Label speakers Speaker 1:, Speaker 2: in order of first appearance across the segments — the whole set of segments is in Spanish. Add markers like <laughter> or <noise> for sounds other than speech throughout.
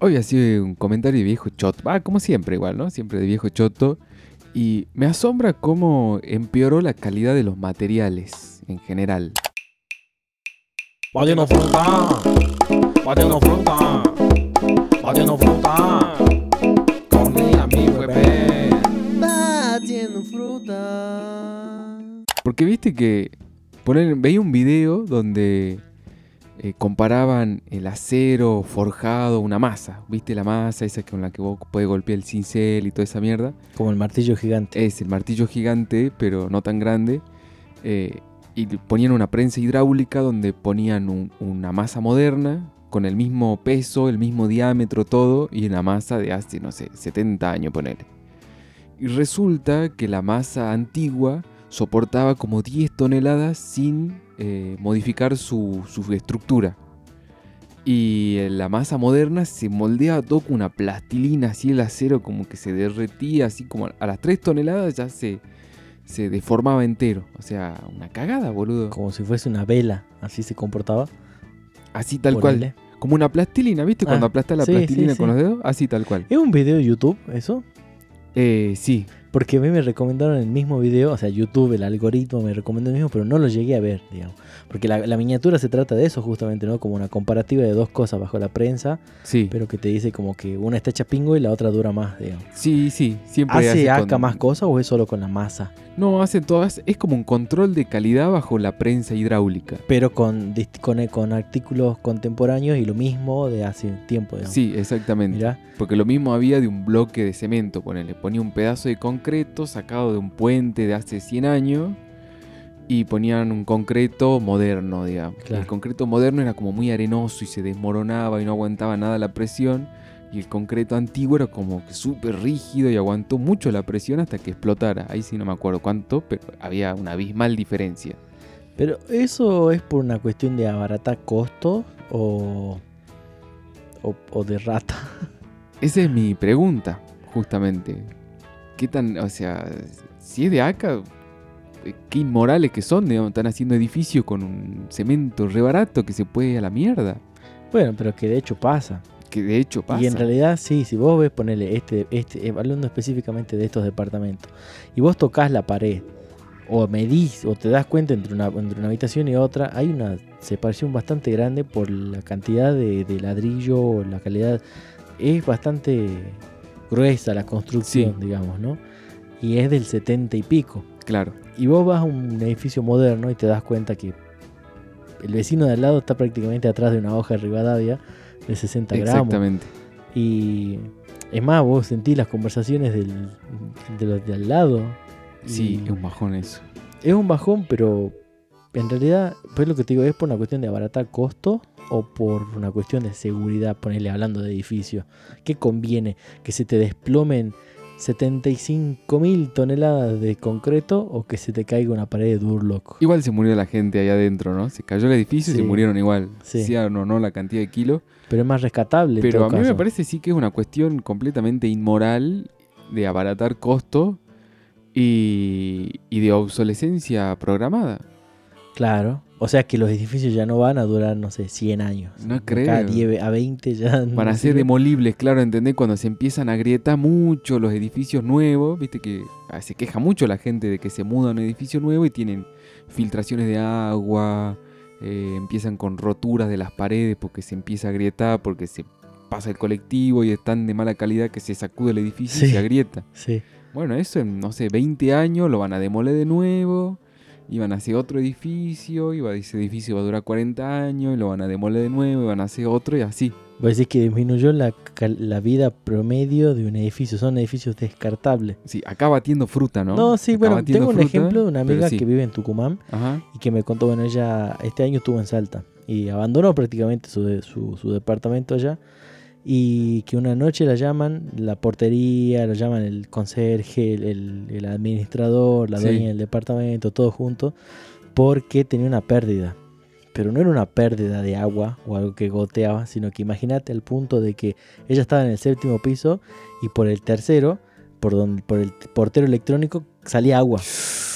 Speaker 1: Hoy ha sido un comentario de viejo choto. Ah, como siempre, igual, ¿no? Siempre de viejo choto. Y me asombra cómo empeoró la calidad de los materiales en general.
Speaker 2: Batiendo fruta, batiendo fruta, batiendo fruta, con mi amigo bebé. Batiendo fruta.
Speaker 1: Porque viste que poner, veía un video donde eh, comparaban el acero forjado, una masa. ¿Viste la masa esa con la que vos podés golpear el cincel y toda esa mierda?
Speaker 3: Como el martillo gigante.
Speaker 1: Es el martillo gigante, pero no tan grande. eh, y ponían una prensa hidráulica donde ponían un- una masa moderna con el mismo peso, el mismo diámetro, todo, y una masa de hace, no sé, 70 años, ponele. Y resulta que la masa antigua soportaba como 10 toneladas sin eh, modificar su, su estructura. Y eh, la masa moderna se moldeaba todo con una plastilina, así el acero como que se derretía, así como a las 3 toneladas ya se, se deformaba entero. O sea, una cagada, boludo.
Speaker 3: Como si fuese una vela. Así se comportaba.
Speaker 1: Así tal cual.
Speaker 3: ponele.
Speaker 1: Como una plastilina, ¿viste?
Speaker 3: Ah,
Speaker 1: Cuando aplastas la
Speaker 3: sí, sí,
Speaker 1: plastilina con
Speaker 3: sí. Eh,
Speaker 1: los dedos, así tal cual.
Speaker 3: ¿Es un video de YouTube eso?
Speaker 1: Eh, sí,
Speaker 3: Porque a mí me recomendaron el mismo video, o sea, YouTube, el algoritmo me recomendó el mismo, pero no lo llegué a ver, digamos. Porque la, la miniatura se trata de eso justamente, ¿no? Como una comparativa de dos cosas bajo la prensa,
Speaker 1: sí.
Speaker 3: pero que te dice como que una está hecha pingo y la otra dura más, digamos.
Speaker 1: sí, sí, siempre
Speaker 3: ¿Hace
Speaker 1: hace
Speaker 3: acá
Speaker 1: con-
Speaker 3: más cosas o es solo con la masa?
Speaker 1: No, hacen todas. Es como un control de calidad bajo la prensa hidráulica.
Speaker 3: Pero con, dist- con, eh, con artículos contemporáneos y lo mismo de hace tiempo, digamos.
Speaker 1: Sí, exactamente.
Speaker 3: Mirá,
Speaker 1: Porque lo mismo había de un bloque de cemento, ponele. Ponía un pedazo de concreto sacado de un puente de hace 100 años y ponían un concreto moderno, digamos.
Speaker 3: Claro.
Speaker 1: El concreto moderno era como muy arenoso y se desmoronaba y no aguantaba nada la presión. Y el concreto antiguo era como que súper rígido y aguantó mucho la presión hasta que explotara. Ahí sí no me acuerdo cuánto, pero había una abismal diferencia.
Speaker 3: Pero eso es por una cuestión de abaratar costos o, o, o de rata.
Speaker 1: Esa es mi pregunta, justamente. ¿Qué tan, o sea, si es de acá, eh, qué inmorales que son, digamos, están haciendo edificios con un cemento re barato que se puede a la mierda?
Speaker 3: Bueno, pero que de hecho pasa.
Speaker 1: Que de hecho pasa.
Speaker 3: Y en realidad, sí, si vos ves ponerle este, este, eh, hablando específicamente de estos departamentos, y vos tocas la pared, o medís, o te das cuenta entre una, entre una habitación y otra, hay una separación bastante grande por la cantidad de, de ladrillo, o la calidad, es bastante gruesa la construcción, digamos, ¿no? Y es del 70 y pico.
Speaker 1: Claro,
Speaker 3: Y vos vas a un edificio moderno y te das cuenta que el vecino de al lado está prácticamente atrás de una hoja de Rivadavia de 60 gramos.
Speaker 1: exactamente.
Speaker 3: Y es más, vos sentís las conversaciones del, de los de al lado.
Speaker 1: Sí,
Speaker 3: Y
Speaker 1: es un bajón eso.
Speaker 3: es un bajón, pero en realidad, pues lo que te digo, es por una cuestión de abaratar costo o por una cuestión de seguridad, ponerle hablando de edificios. ¿Qué conviene? ¿Que se te desplomen 75 mil toneladas de concreto o que se te caiga una pared de Durlock?
Speaker 1: Igual se murió la gente ahí adentro, ¿no? Se cayó el edificio y
Speaker 3: Sí.
Speaker 1: se murieron igual.
Speaker 3: Sí.
Speaker 1: Sea o no la cantidad de kilos.
Speaker 3: Pero es más rescatable. en
Speaker 1: Pero
Speaker 3: todo
Speaker 1: a mí me
Speaker 3: caso.
Speaker 1: parece sí que es una cuestión completamente inmoral de abaratar costo y, y de obsolescencia programada.
Speaker 3: Claro. O sea que los edificios ya no van a durar, no sé, 100 años.
Speaker 1: No
Speaker 3: De acá a
Speaker 1: creo.
Speaker 3: 10, a 20 ya. no
Speaker 1: Van a ser
Speaker 3: sirve.
Speaker 1: demolibles, claro, ¿entendés? Cuando se empiezan a agrietar mucho los edificios nuevos, viste que ah, se queja mucho la gente de que se muda a un edificio nuevo y tienen filtraciones de agua, eh, empiezan con roturas de las paredes porque se empieza a agrietar, porque se pasa el colectivo y es tan de mala calidad que se sacude el edificio y
Speaker 3: Sí.
Speaker 1: se agrieta.
Speaker 3: Sí.
Speaker 1: Bueno, eso en, no sé, 20 años lo van a demoler de nuevo. Y van a hacer otro edificio, y va- ese edificio va a durar 40 años, y lo van a demoler de nuevo, y van a hacer otro, y así.
Speaker 3: Vos decís que disminuyó la, cal- la vida promedio de un edificio. Son edificios descartables.
Speaker 1: Sí, acá batiendo fruta, ¿no?
Speaker 3: No, sí,
Speaker 1: Acá
Speaker 3: bueno,
Speaker 1: batiendo
Speaker 3: tengo un
Speaker 1: fruta,
Speaker 3: ejemplo de una
Speaker 1: pero
Speaker 3: amiga
Speaker 1: sí.
Speaker 3: que vive en Tucumán
Speaker 1: Ajá,
Speaker 3: y que me contó, bueno, ella este año estuvo en Salta y abandonó prácticamente su, de- su, su departamento allá y que una noche la llaman la portería, la llaman el conserje, el, el- el administrador, la
Speaker 1: Sí.
Speaker 3: dueña del departamento, todo junto, porque tenía una pérdida. Pero no era una pérdida de agua o algo que goteaba, sino que imagínate al punto de que ella estaba en el séptimo piso y por el tercero por, donde, por el portero electrónico salía agua.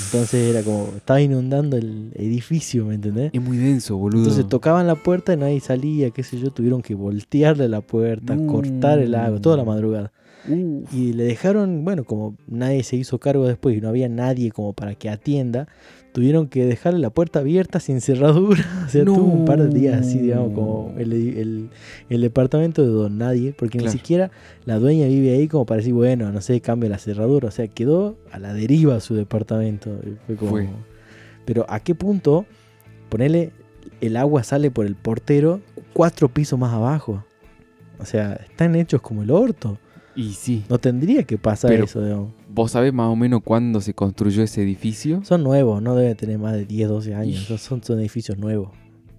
Speaker 3: Entonces era como, estaba inundando el edificio, ¿me entendés?
Speaker 1: Es muy denso, boludo.
Speaker 3: Entonces tocaban la puerta y nadie salía, qué sé yo, tuvieron que voltearle la puerta,
Speaker 1: Mm.
Speaker 3: cortar el agua, toda la madrugada.
Speaker 1: Uh,
Speaker 3: Y le dejaron, bueno, como nadie se hizo cargo después y no había nadie como para que atienda, tuvieron que dejarle la puerta abierta sin cerradura. <laughs> O sea,
Speaker 1: No.
Speaker 3: tuvo un par de días así, digamos, como el, edi- el- el departamento de don nadie, porque
Speaker 1: Claro.
Speaker 3: ni siquiera la dueña vive ahí como para decir, bueno, no sé, cambia la cerradura. O sea, quedó a la deriva su departamento. Y Fue como...
Speaker 1: Fue.
Speaker 3: Pero a qué punto, ponele, el agua sale por el portero cuatro pisos más abajo. O sea, están hechos como el orto.
Speaker 1: y sí,
Speaker 3: No tendría que pasar
Speaker 1: Pero-
Speaker 3: eso, digamos.
Speaker 1: ¿vos sabés más o menos cuándo se construyó ese edificio?
Speaker 3: Son nuevos, no deben tener más de 10, 12 años.
Speaker 1: Ish.
Speaker 3: Son, son edificios nuevos.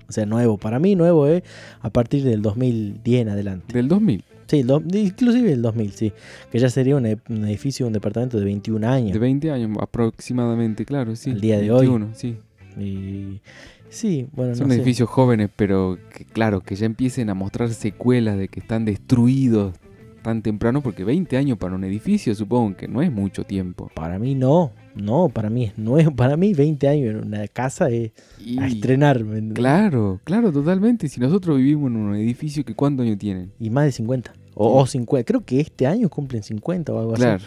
Speaker 3: O sea, nuevo. Para mí, nuevo es a partir del 2010 en adelante.
Speaker 1: Del 2000,
Speaker 3: Sí, el do- inclusive el 2000, sí. Que ya sería un, e- un edificio, un departamento de 21 años.
Speaker 1: de 20 años aproximadamente, claro, sí.
Speaker 3: Al día de hoy.
Speaker 1: sí.
Speaker 3: Y- Sí, bueno,
Speaker 1: Son
Speaker 3: no sé.
Speaker 1: edificios jóvenes, pero que, claro, que ya empiecen a mostrar secuelas de que están destruidos tan temprano, porque 20 años para un edificio supongo que no es mucho tiempo.
Speaker 3: Para mí no. No, para mí es nuevo. <laughs> Para mí 20 años en una casa Ah, es
Speaker 1: Y-
Speaker 3: a estrenar. ¿me entendés?
Speaker 1: Claro, claro, totalmente. Si nosotros vivimos en un edificio que cuántos años tienen.
Speaker 3: Y más de 50. O, o 50. Creo que este año cumplen 50 o algo
Speaker 1: Claro.
Speaker 3: así.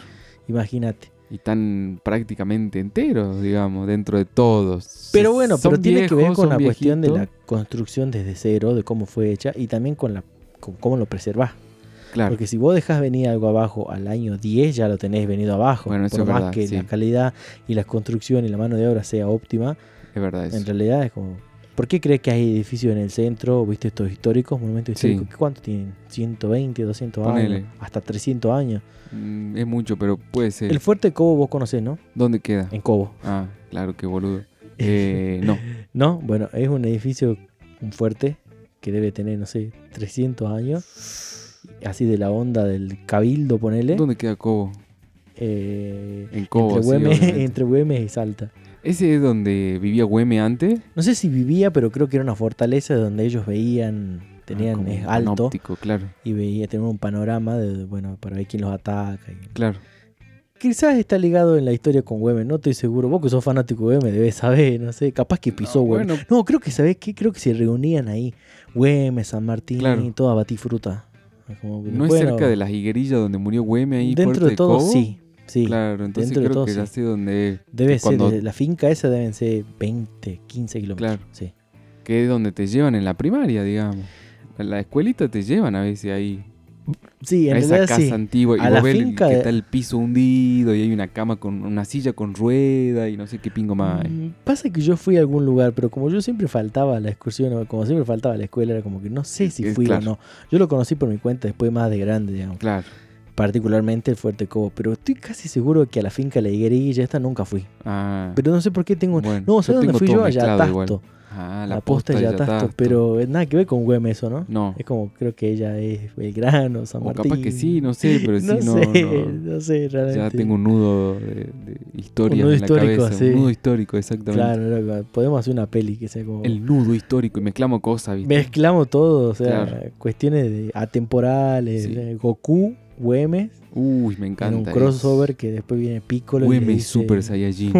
Speaker 3: Imagínate.
Speaker 1: Y están prácticamente enteros, digamos, dentro de todos.
Speaker 3: Pero bueno, pero tiene que ver con la
Speaker 1: la
Speaker 3: cuestión de la construcción desde cero, de cómo fue hecha y también con la con cómo lo preservás.
Speaker 1: Claro,
Speaker 3: Porque si vos dejás venir algo abajo al año 10, ya lo tenés venido abajo.
Speaker 1: Bueno, eso
Speaker 3: Por
Speaker 1: es
Speaker 3: más
Speaker 1: verdad,
Speaker 3: que
Speaker 1: sí.
Speaker 3: la calidad y la construcción y la mano de obra sea óptima,
Speaker 1: es verdad eso.
Speaker 3: en realidad es como... ¿Por qué crees que hay edificios en el centro, viste estos históricos, monumentos
Speaker 1: Sí.
Speaker 3: históricos? que ¿Cuánto tienen? ¿120, 200
Speaker 1: Ponele.
Speaker 3: años? Hasta 300 años.
Speaker 1: Mm, es mucho, pero puede ser.
Speaker 3: El fuerte de Cobo vos conocés, ¿no?
Speaker 1: ¿Dónde queda?
Speaker 3: En Cobo.
Speaker 1: Ah, claro, qué
Speaker 3: <laughs>
Speaker 1: boludo. Eh, no,
Speaker 3: No, bueno, es un edificio un fuerte que debe tener, no sé, 300 años. Así de la onda del Cabildo, ponele.
Speaker 1: ¿dónde queda Cobo?
Speaker 3: eh,
Speaker 1: En Cobo,
Speaker 3: entre,
Speaker 1: sí,
Speaker 3: Güemes,
Speaker 1: obviamente.
Speaker 3: <laughs> entre Güemes y Salta.
Speaker 1: ¿Ese es donde vivía Güeme antes?
Speaker 3: No sé si vivía, pero creo que era una fortaleza donde ellos veían,
Speaker 1: Ah,
Speaker 3: tenían
Speaker 1: como
Speaker 3: es
Speaker 1: un
Speaker 3: alto
Speaker 1: panóptico, claro,
Speaker 3: y veía, tenían un panorama de, bueno, para ver quién los ataca. y-
Speaker 1: claro.
Speaker 3: Quizás está ligado en la historia con Güemes, no estoy seguro. Vos que sos fanático de Güemes debes saber, no sé, capaz que pisó
Speaker 1: No,
Speaker 3: Güemes.
Speaker 1: bueno,
Speaker 3: No, creo que, ¿sabés qué? Creo que se reunían ahí. Güemes, San Martín,
Speaker 1: Claro.
Speaker 3: toda batifruta. Como que,
Speaker 1: ¿no es
Speaker 3: bueno,
Speaker 1: cerca de las higuerillas donde murió Güeme ahí?
Speaker 3: Dentro
Speaker 1: Puerto
Speaker 3: de todo,
Speaker 1: Cobo?
Speaker 3: sí. Sí,
Speaker 1: Claro, entonces
Speaker 3: dentro de
Speaker 1: creo
Speaker 3: todo,
Speaker 1: que ya
Speaker 3: sí.
Speaker 1: sé dónde es.
Speaker 3: debe
Speaker 1: que
Speaker 3: ser,
Speaker 1: cuando-
Speaker 3: la finca esa deben ser 20, 15 kilómetros.
Speaker 1: Claro.
Speaker 3: Sí.
Speaker 1: Que es donde te llevan en la primaria, digamos. A la escuelita te llevan a veces ahí.
Speaker 3: sí, en
Speaker 1: a esa
Speaker 3: realidad
Speaker 1: casa
Speaker 3: sí.
Speaker 1: antigua. Y
Speaker 3: A
Speaker 1: vos
Speaker 3: la
Speaker 1: ves el-
Speaker 3: finca
Speaker 1: que
Speaker 3: de-
Speaker 1: está el piso hundido y hay una cama con una silla con rueda y no sé qué pingo más. hay.
Speaker 3: Mm, Pasa que yo fui a algún lugar, pero como yo siempre faltaba a la excursión, o como siempre faltaba a la escuela, era como que no sé si
Speaker 1: Eh,
Speaker 3: fui
Speaker 1: claro.
Speaker 3: o no. Yo lo conocí por mi cuenta después más de grande, digamos.
Speaker 1: Claro.
Speaker 3: Particularmente el Fuerte Cobo. Pero estoy casi seguro que a la finca La Higuerilla esta nunca fui.
Speaker 1: Ah,
Speaker 3: Pero no sé por qué tengo...
Speaker 1: bueno,
Speaker 3: no,
Speaker 1: yo
Speaker 3: ¿sabes dónde
Speaker 1: tengo
Speaker 3: fui
Speaker 1: todo
Speaker 3: yo? Allá
Speaker 1: mezclado igual.
Speaker 3: Tasto.
Speaker 1: Ah,
Speaker 3: La, posta ya Tasto, pero eh, nada que ver con Güemes eso, ¿no?
Speaker 1: No,
Speaker 3: Es como, creo que ella es Belgrano, San
Speaker 1: o
Speaker 3: Martín.
Speaker 1: capaz que sí, no sé, pero sí,
Speaker 3: <laughs> no,
Speaker 1: no,
Speaker 3: sé, no,
Speaker 1: no.
Speaker 3: sé, realmente.
Speaker 1: Ya tengo un nudo de, de historias
Speaker 3: Un nudo
Speaker 1: en la
Speaker 3: histórico,
Speaker 1: cabeza.
Speaker 3: sí.
Speaker 1: Un nudo histórico, exactamente.
Speaker 3: Claro, loco, podemos hacer una peli que sea como...
Speaker 1: El nudo histórico y mezclamos cosas, ¿viste?
Speaker 3: Mezclamos todo, o sea,
Speaker 1: Claro.
Speaker 3: cuestiones de atemporales,
Speaker 1: Sí.
Speaker 3: eh, Goku, Güemes,
Speaker 1: Uy, me
Speaker 3: en
Speaker 1: encanta.
Speaker 3: un
Speaker 1: eso.
Speaker 3: crossover que después viene Piccolo y le
Speaker 1: Güemes
Speaker 3: dice-
Speaker 1: Super
Speaker 3: <laughs>
Speaker 1: Saiyajin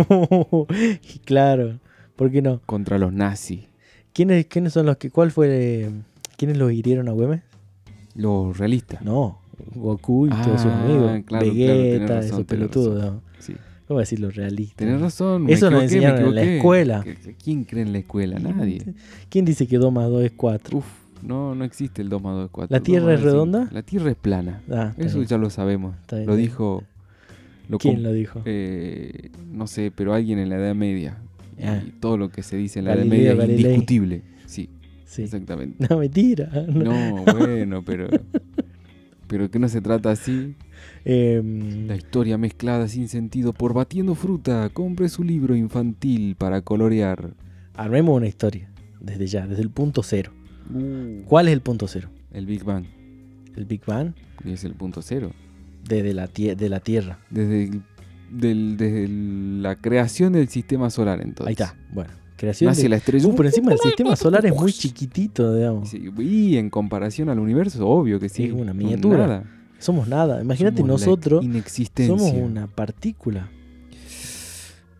Speaker 3: Y claro, ¿por qué no?
Speaker 1: contra los nazis.
Speaker 3: ¿Quiénes, quiénes son los que, cuál fue, eh, quiénes los hirieron a Güemes?
Speaker 1: Los realistas.
Speaker 3: No, Goku y todos sus
Speaker 1: Ah,
Speaker 3: amigos.
Speaker 1: claro, claro,
Speaker 3: Vegeta,
Speaker 1: tenés razón,
Speaker 3: esos
Speaker 1: tenés
Speaker 3: pelotudos. ¿no?
Speaker 1: Sí.
Speaker 3: ¿Cómo decir lo realista?
Speaker 1: Tenés razón.
Speaker 3: Eso
Speaker 1: me equivoqué, me
Speaker 3: nos enseñaron en la
Speaker 1: equivoqué.
Speaker 3: escuela.
Speaker 1: ¿Qué- qué- ¿Quién cree en la
Speaker 3: <laughs>
Speaker 1: escuela? Nadie.
Speaker 3: ¿Quién dice que 2 más 2 es 4?
Speaker 1: Uf, no, no existe el 2 más 2 es 4.
Speaker 3: ¿La Tierra es redonda?
Speaker 1: La Tierra es plana.
Speaker 3: Ah, está
Speaker 1: Eso
Speaker 3: bien.
Speaker 1: ya lo sabemos.
Speaker 3: Está bien,
Speaker 1: Lo
Speaker 3: está bien.
Speaker 1: dijo. Lo
Speaker 3: ¿Quién
Speaker 1: com-
Speaker 3: lo dijo?
Speaker 1: eh, no sé, pero alguien en la Edad Media. Y
Speaker 3: Ah.
Speaker 1: todo lo que se dice en la
Speaker 3: Galileo
Speaker 1: Edad Media es
Speaker 3: Galilei.
Speaker 1: indiscutible. Sí,
Speaker 3: sí.
Speaker 1: exactamente.
Speaker 3: <laughs> No, mentira. No.
Speaker 1: No, bueno, pero. Pero que no se trata así.
Speaker 3: <laughs> Em,
Speaker 1: La historia mezclada sin sentido por Batiendo Fruta. Compre su libro infantil para colorear.
Speaker 3: armemos una historia. Desde ya, desde el punto cero. ¿Cuál es el punto cero?
Speaker 1: El Big Bang.
Speaker 3: El Big Bang
Speaker 1: Y es el punto cero.
Speaker 3: desde la, tie- de la Tierra.
Speaker 1: Desde, el- del- desde el- la creación del sistema solar, entonces.
Speaker 3: Ahí está. Bueno, creación.
Speaker 1: Nace
Speaker 3: de-
Speaker 1: Pues, la estrella.
Speaker 3: Uh, por encima del sistema solar es muy chiquitito, digamos.
Speaker 1: Sí, Y en comparación al universo, obvio que sí.
Speaker 3: Es
Speaker 1: No,
Speaker 3: una miniatura.
Speaker 1: nada.
Speaker 3: Es Somos nada. Imagínate
Speaker 1: Somos la
Speaker 3: nosotros,
Speaker 1: Inexistencia.
Speaker 3: somos una partícula.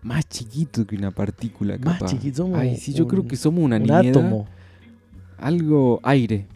Speaker 1: Más chiquito que una partícula,
Speaker 3: Más
Speaker 1: capaz.
Speaker 3: chiquito, somos
Speaker 1: Ay, sí, yo
Speaker 3: un-
Speaker 1: creo que somos una
Speaker 3: Un
Speaker 1: nimiedad,
Speaker 3: átomo.
Speaker 1: Algo aire.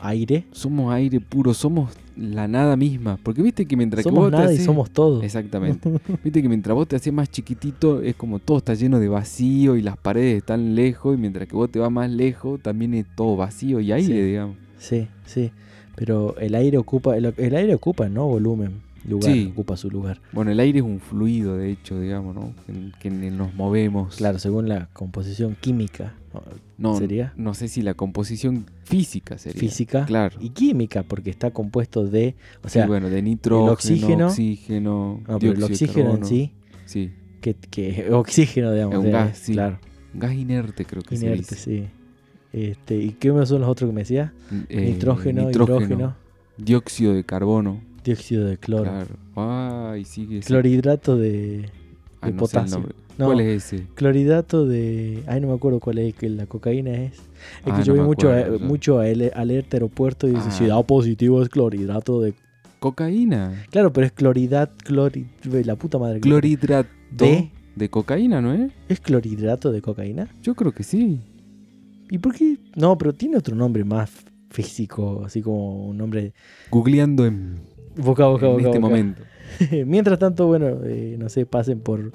Speaker 3: Aire.
Speaker 1: Somos aire puro, somos la nada misma. Porque viste que mientras que
Speaker 3: Somos
Speaker 1: vos te
Speaker 3: nada y
Speaker 1: haces-
Speaker 3: somos todo. <laughs>
Speaker 1: Exactamente. Viste que mientras vos te haces más chiquitito, es como todo está lleno de vacío y las paredes están lejos. Y mientras que vos te vas más lejos, también es todo vacío y aire,
Speaker 3: Sí.
Speaker 1: digamos.
Speaker 3: Sí, sí. Pero el aire ocupa, el, el aire ocupa, ¿no? Volumen. Lugar,
Speaker 1: Sí.
Speaker 3: ocupa su lugar.
Speaker 1: Bueno, el aire es un fluido, de hecho, digamos, ¿no? Que, que nos movemos.
Speaker 3: Claro, según la composición química, ¿no?
Speaker 1: No,
Speaker 3: ¿Sería?
Speaker 1: no sé si la composición física sería.
Speaker 3: física
Speaker 1: Claro.
Speaker 3: Ah, y química, porque está compuesto de, o sea,
Speaker 1: sí, bueno, de nitrógeno,
Speaker 3: oxígeno-
Speaker 1: oxígeno,
Speaker 3: no, pero el
Speaker 1: dióxido de
Speaker 3: oxígeno en
Speaker 1: carbono.
Speaker 3: sí,
Speaker 1: Sí,
Speaker 3: que, que oxígeno, digamos,
Speaker 1: Es un
Speaker 3: de-
Speaker 1: gas, sí,
Speaker 3: claro,
Speaker 1: gas inerte creo que
Speaker 3: inerte,
Speaker 1: se dice.
Speaker 3: sí. Este, ¿Y qué son los otros que me decías?
Speaker 1: Eh,
Speaker 3: nitrógeno, hidrógeno,
Speaker 1: dióxido de carbono.
Speaker 3: dióxido de cloro,
Speaker 1: Claro. Ay, sigue. ese-
Speaker 3: clorhidrato de...
Speaker 1: ah,
Speaker 3: de
Speaker 1: no sé el
Speaker 3: potasio.
Speaker 1: nombre.
Speaker 3: No,
Speaker 1: ¿Cuál es ese?
Speaker 3: clorhidrato de... Ay, no me acuerdo cuál es, que la cocaína es... Es
Speaker 1: Ah,
Speaker 3: que yo
Speaker 1: no
Speaker 3: vi
Speaker 1: me
Speaker 3: mucho,
Speaker 1: acuerdo,
Speaker 3: eh,
Speaker 1: yo-
Speaker 3: mucho ale- alerta aeropuerto y dice,
Speaker 1: Ah.
Speaker 3: si da positivo es clorhidrato de...
Speaker 1: Cocaína.
Speaker 3: Claro, pero es cloridat, clori... La puta madre. que-
Speaker 1: Clorhidrato
Speaker 3: De-
Speaker 1: de... cocaína, ¿no es?
Speaker 3: ¿Es clorhidrato de cocaína?
Speaker 1: Yo creo que sí.
Speaker 3: ¿Y por qué? No, pero tiene otro nombre más físico, así como un nombre.
Speaker 1: Googleando en,
Speaker 3: Boca a boca,
Speaker 1: en
Speaker 3: boca a
Speaker 1: este
Speaker 3: boca.
Speaker 1: momento.
Speaker 3: <laughs> Mientras tanto, bueno, eh, no sé, pasen por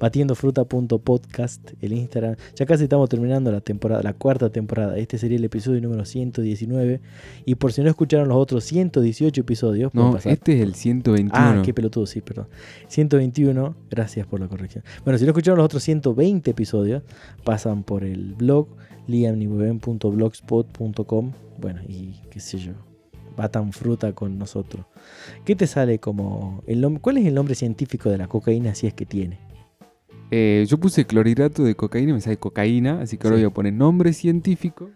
Speaker 3: batiendofruta.podcast, el Instagram. Ya casi estamos terminando la temporada, la cuarta temporada. Este sería el episodio número 119. Y por si no escucharon los otros 118 episodios, pueden
Speaker 1: No,
Speaker 3: pasar.
Speaker 1: este es el 121.
Speaker 3: Ah, qué pelotudo, sí, perdón. 121, gracias por la corrección. Bueno, si no escucharon los otros 120 episodios, pasan por el blog liamnibuben.blogspot.com. Bueno, y qué sé yo, batan fruta con nosotros. ¿Qué te sale como el nom- cuál es el nombre científico de la cocaína si es que tiene?
Speaker 1: Eh, yo puse clorhidrato de cocaína y me sale cocaína, así que ahora
Speaker 3: Sí.
Speaker 1: voy a poner nombre científico.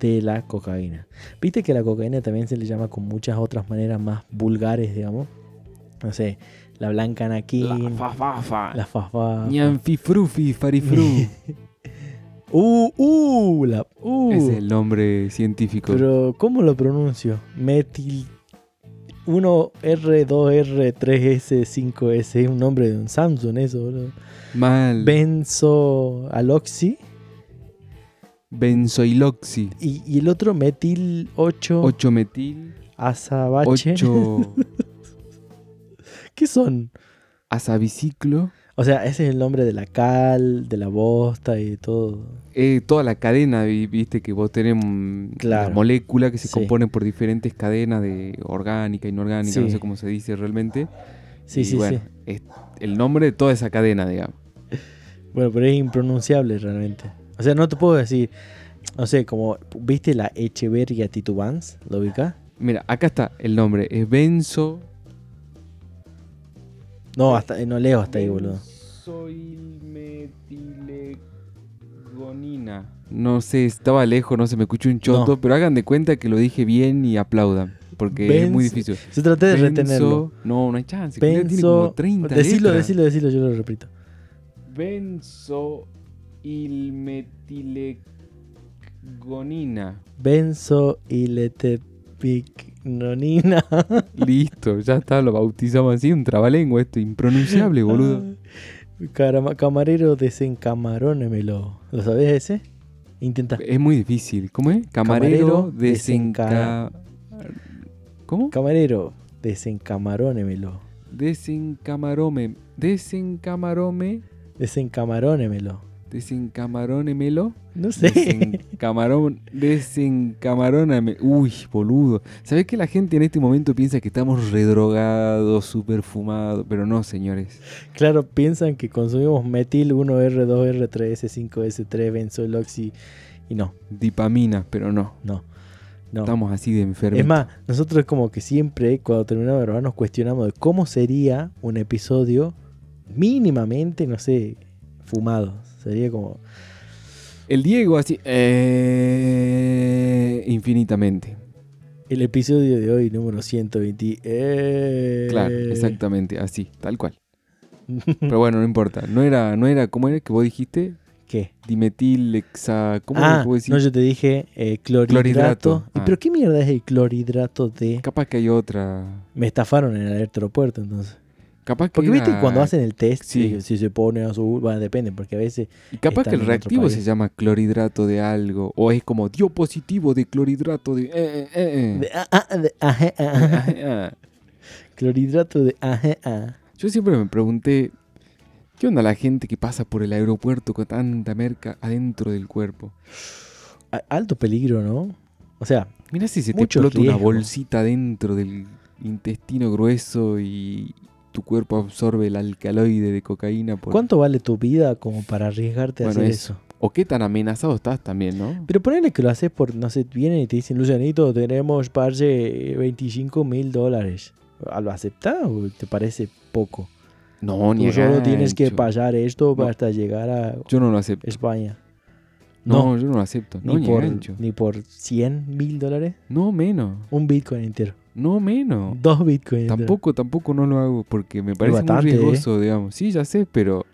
Speaker 3: De la cocaína. Viste que la cocaína también se le llama con muchas otras maneras más vulgares, digamos. No sé, la blanca anaquín, la,
Speaker 1: fafafa.
Speaker 3: fafa.
Speaker 1: Ñanfifrufi
Speaker 3: <laughs>
Speaker 1: farifru.
Speaker 3: Uh, uh, la uh.
Speaker 1: Ese es el nombre científico.
Speaker 3: Pero, ¿cómo lo pronuncio? Metil 1R, 2R, 3S, 5S. Es un nombre de un Samsung, eso, boludo.
Speaker 1: Mal.
Speaker 3: Benzo aloxi.
Speaker 1: Benzoiloxi.
Speaker 3: Y, y el otro, metil 8,
Speaker 1: 8 metil.
Speaker 3: azabache.
Speaker 1: 8
Speaker 3: <laughs> ¿Qué son?
Speaker 1: azabiciclo.
Speaker 3: O sea, ese es el nombre de la cal, de la bosta y de todo.
Speaker 1: Eh, toda la cadena, vi- viste, que vos tenés mm,
Speaker 3: Claro.
Speaker 1: la molécula que se
Speaker 3: Sí.
Speaker 1: compone por diferentes cadenas de orgánica, inorgánica, no
Speaker 3: Sí.
Speaker 1: sé cómo se dice realmente.
Speaker 3: Sí,
Speaker 1: Y
Speaker 3: sí,
Speaker 1: bueno,
Speaker 3: sí.
Speaker 1: es el nombre de toda esa cadena, digamos.
Speaker 3: Bueno, pero es impronunciable realmente. O sea, no te puedo decir. No sé, como, ¿viste la Echeverria titubans? ¿Lo ubicás?
Speaker 1: Mira, acá está el nombre. Es benzo.
Speaker 3: No, hasta, eh, no leo hasta ahí, boludo.
Speaker 1: Benzoilmetilegonina. No sé, estaba lejos, no se me escuchó un choto, pero hagan de cuenta que lo dije bien y aplaudan, porque es muy
Speaker 3: Benzo-
Speaker 1: difícil.
Speaker 3: Se traté de retenerlo.
Speaker 1: Benzo- No, no hay chance. que tiene como
Speaker 3: Benzo.
Speaker 1: 30
Speaker 3: Decilo,
Speaker 1: letras.
Speaker 3: decilo, decilo, yo lo repito.
Speaker 1: Benzoilmetilegonina.
Speaker 3: Benzo iletepicnonina.
Speaker 1: Listo, ya está, lo bautizamos así, un trabalengua esto, impronunciable, <laughs> boludo.
Speaker 3: Carama- Camarero desencamarónemelo. ¿Lo sabés ese? Intenta.
Speaker 1: Es muy difícil. ¿Cómo es? Camarero
Speaker 3: Camarero desenca-
Speaker 1: desenca... ¿Cómo?
Speaker 3: Camarero desencamarónemelo.
Speaker 1: Desencamarome. Desencamarome.
Speaker 3: Desencamarónemelo.
Speaker 1: Desencamarónemelo.
Speaker 3: No sé.
Speaker 1: Desencamarón. Desencamaróname. Uy, boludo. ¿Sabés que la gente en este momento piensa que estamos redrogados, super fumados? Pero no, señores.
Speaker 3: <laughs> claro, piensan que consumimos metil 1R, 2R, 3S, 5S3, benzoiloxi. Y no,
Speaker 1: Dipaminas, pero no.
Speaker 3: no. No.
Speaker 1: Estamos así de enfermos.
Speaker 3: Es más, nosotros como que siempre cuando terminamos de grabar nos cuestionamos de cómo sería un episodio mínimamente, no sé, fumado. Sería como...
Speaker 1: El Diego así. eh, infinitamente.
Speaker 3: El episodio de hoy, número 120. ¡Eh!
Speaker 1: Claro,
Speaker 3: <laughs>
Speaker 1: exactamente, así, tal cual. Pero bueno, no importa. No era, no era, ¿cómo era que vos dijiste?
Speaker 3: ¿Qué?
Speaker 1: Dimetil, hexa... ¿Cómo
Speaker 3: ah,
Speaker 1: le puedo decir?
Speaker 3: no, yo te dije eh, clorhidrato.
Speaker 1: Clorhidrato,
Speaker 3: ¿Y
Speaker 1: ah.
Speaker 3: pero qué mierda es el clorhidrato de...?
Speaker 1: Capaz que hay otra.
Speaker 3: Me estafaron en el aeropuerto entonces.
Speaker 1: Capaz que
Speaker 3: Porque viste
Speaker 1: era-
Speaker 3: cuando hacen el test,
Speaker 1: Ah, Sí.
Speaker 3: si, si se pone azul, bueno, depende, porque a veces...
Speaker 1: Y capaz
Speaker 3: están
Speaker 1: que el
Speaker 3: en otro
Speaker 1: reactivo se
Speaker 3: país.
Speaker 1: llama clorhidrato de algo. O es como dio positivo de clorhidrato de. eh, eh, eh, eh.
Speaker 3: de- ah, ah, de- ajá, ajá.
Speaker 1: <laughs> Ah, ah.
Speaker 3: Clorhidrato de... ajá, ah.
Speaker 1: Yo siempre me pregunté. ¿Qué onda la gente que pasa por el aeropuerto con tanta merca adentro del cuerpo?
Speaker 3: A- Alto peligro, ¿no? O sea,
Speaker 1: Mira si se te
Speaker 3: Mucho
Speaker 1: explota una
Speaker 3: riesgo.
Speaker 1: bolsita dentro del intestino grueso y tu cuerpo absorbe el alcaloide de cocaína. Por...
Speaker 3: ¿cuánto vale tu vida como para arriesgarte a
Speaker 1: Bueno,
Speaker 3: hacer
Speaker 1: eso.
Speaker 3: eso?
Speaker 1: O qué tan amenazado estás también, ¿no?
Speaker 3: Pero ponele que lo haces por, no sé, vienen y te dicen, Lucianito, tenemos, parce, 25 mil dólares. ¿Ah, ¿Lo aceptás o te parece poco?
Speaker 1: No, ni
Speaker 3: Tú solo tienes que
Speaker 1: gancho.
Speaker 3: pasar esto
Speaker 1: No.
Speaker 3: hasta llegar a
Speaker 1: Yo no lo acepto.
Speaker 3: España.
Speaker 1: No,
Speaker 3: No,
Speaker 1: yo no lo acepto. No,
Speaker 3: ni,
Speaker 1: ni, gancho.
Speaker 3: por, ni por 100 mil dólares.
Speaker 1: No menos.
Speaker 3: Un bitcoin entero.
Speaker 1: No menos.
Speaker 3: Dos bitcoins enteros.
Speaker 1: Tampoco, tampoco no lo hago porque me parece
Speaker 3: bastante, ¿eh?
Speaker 1: muy riesgoso, digamos. Sí, ya sé, pero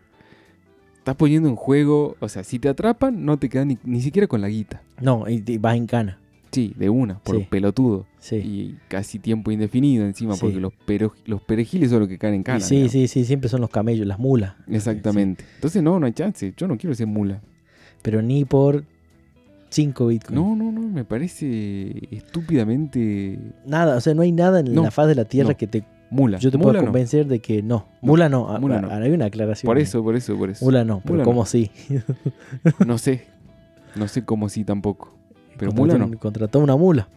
Speaker 1: estás poniendo en juego, o sea, si te atrapan, no te quedas ni, ni siquiera con la guita.
Speaker 3: No, y, y vas en cana.
Speaker 1: Sí, de una, por
Speaker 3: Sí.
Speaker 1: pelotudo.
Speaker 3: Sí.
Speaker 1: Y casi tiempo indefinido encima,
Speaker 3: Sí.
Speaker 1: porque los, pero- los perejiles son los que caen en
Speaker 3: Y
Speaker 1: cana.
Speaker 3: sí,
Speaker 1: digamos.
Speaker 3: sí, sí, siempre son los camellos, las mulas.
Speaker 1: Exactamente. Entonces, no, no hay chance. Yo no quiero ser mula.
Speaker 3: Pero ni por 5 bitcoins.
Speaker 1: No, no, no, me parece estúpidamente
Speaker 3: Nada, o sea, no hay nada en
Speaker 1: No,
Speaker 3: la faz de la tierra
Speaker 1: no.
Speaker 3: que te
Speaker 1: mula.
Speaker 3: Yo te
Speaker 1: mula
Speaker 3: puedo
Speaker 1: no.
Speaker 3: convencer de que no. Mula no. a-
Speaker 1: Mula
Speaker 3: a-
Speaker 1: no.
Speaker 3: Hay una aclaración.
Speaker 1: Por
Speaker 3: ahí.
Speaker 1: eso, por eso, por eso.
Speaker 3: Mula no, pero
Speaker 1: Mula no.
Speaker 3: ¿cómo sí?
Speaker 1: No sé. No sé cómo sí tampoco. Pero
Speaker 3: Contrató-
Speaker 1: mula no.
Speaker 3: Contrató una mula.